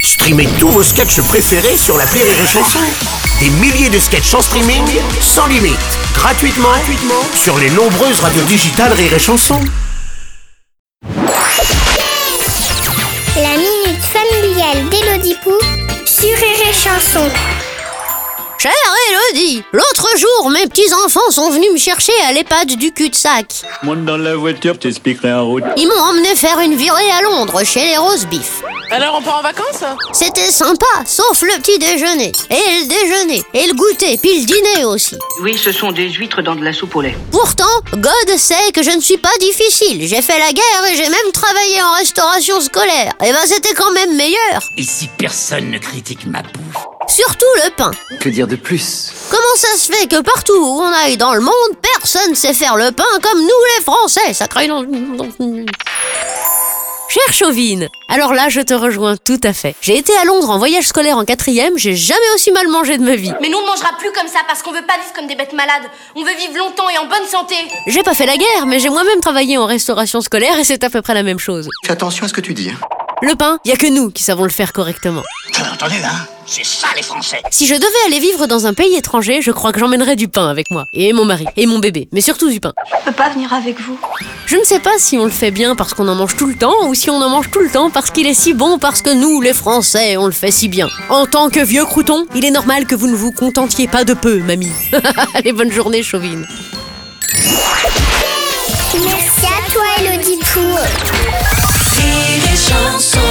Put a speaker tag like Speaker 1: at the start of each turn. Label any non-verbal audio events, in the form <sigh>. Speaker 1: Streamez tous vos sketchs préférés sur la Rire et Chanson. Des milliers de sketchs en streaming, sans limite, gratuitement, gratuitement sur les nombreuses radios digitales Rire et Chanson.
Speaker 2: La minute familiale d'Élodie Pou sur Rire et Chanson.
Speaker 3: Chère Elodie, l'autre jour, mes petits-enfants sont venus me chercher à l'EHPAD du cul-de-sac.
Speaker 4: Monte dans la voiture, je t'expliquerai en route.
Speaker 3: Ils m'ont emmené faire une virée à Londres, chez les Rose Beef.
Speaker 5: Alors on part en vacances
Speaker 3: C'était sympa, sauf le petit déjeuner, et le déjeuner, et le goûter, puis le dîner aussi.
Speaker 6: Oui, ce sont des huîtres dans de la soupe au lait.
Speaker 3: Pourtant, God sait que je ne suis pas difficile. J'ai fait la guerre et j'ai même travaillé en restauration scolaire. Et ben c'était quand même meilleur.
Speaker 7: Et si personne ne critique ma bouffe
Speaker 3: Surtout le pain.
Speaker 7: Que dire de plus
Speaker 3: Comment ça se fait que partout où on aille dans le monde, personne sait faire le pain comme nous les Français Ça crée une...
Speaker 8: Cher Chauvine Alors là, je te rejoins tout à fait. J'ai été à Londres en voyage scolaire en quatrième, j'ai jamais aussi mal mangé de ma vie.
Speaker 9: Mais nous, on mangera plus comme ça parce qu'on veut pas vivre comme des bêtes malades. On veut vivre longtemps et en bonne santé.
Speaker 8: J'ai pas fait la guerre, mais j'ai moi-même travaillé en restauration scolaire et c'est à peu près la même chose.
Speaker 10: Fais attention à ce que tu dis. hein.
Speaker 8: Le pain, y a que nous qui savons le faire correctement.
Speaker 7: T'as entendu, hein C'est ça les Français
Speaker 8: Si je devais aller vivre dans un pays étranger, je crois que j'emmènerais du pain avec moi. Et mon mari, et mon bébé, mais surtout du pain.
Speaker 9: Je peux pas venir avec vous.
Speaker 8: Je ne sais pas si on le fait bien parce qu'on en mange tout le temps ou si on en mange tout le temps parce qu'il est si bon parce que nous, les Français, on le fait si bien. En tant que vieux crouton, il est normal que vous ne vous contentiez pas de peu, mamie. <laughs> Allez, bonne journée, Chauvine.
Speaker 2: Merci à toi, Élodie Pou.
Speaker 11: et les chansons.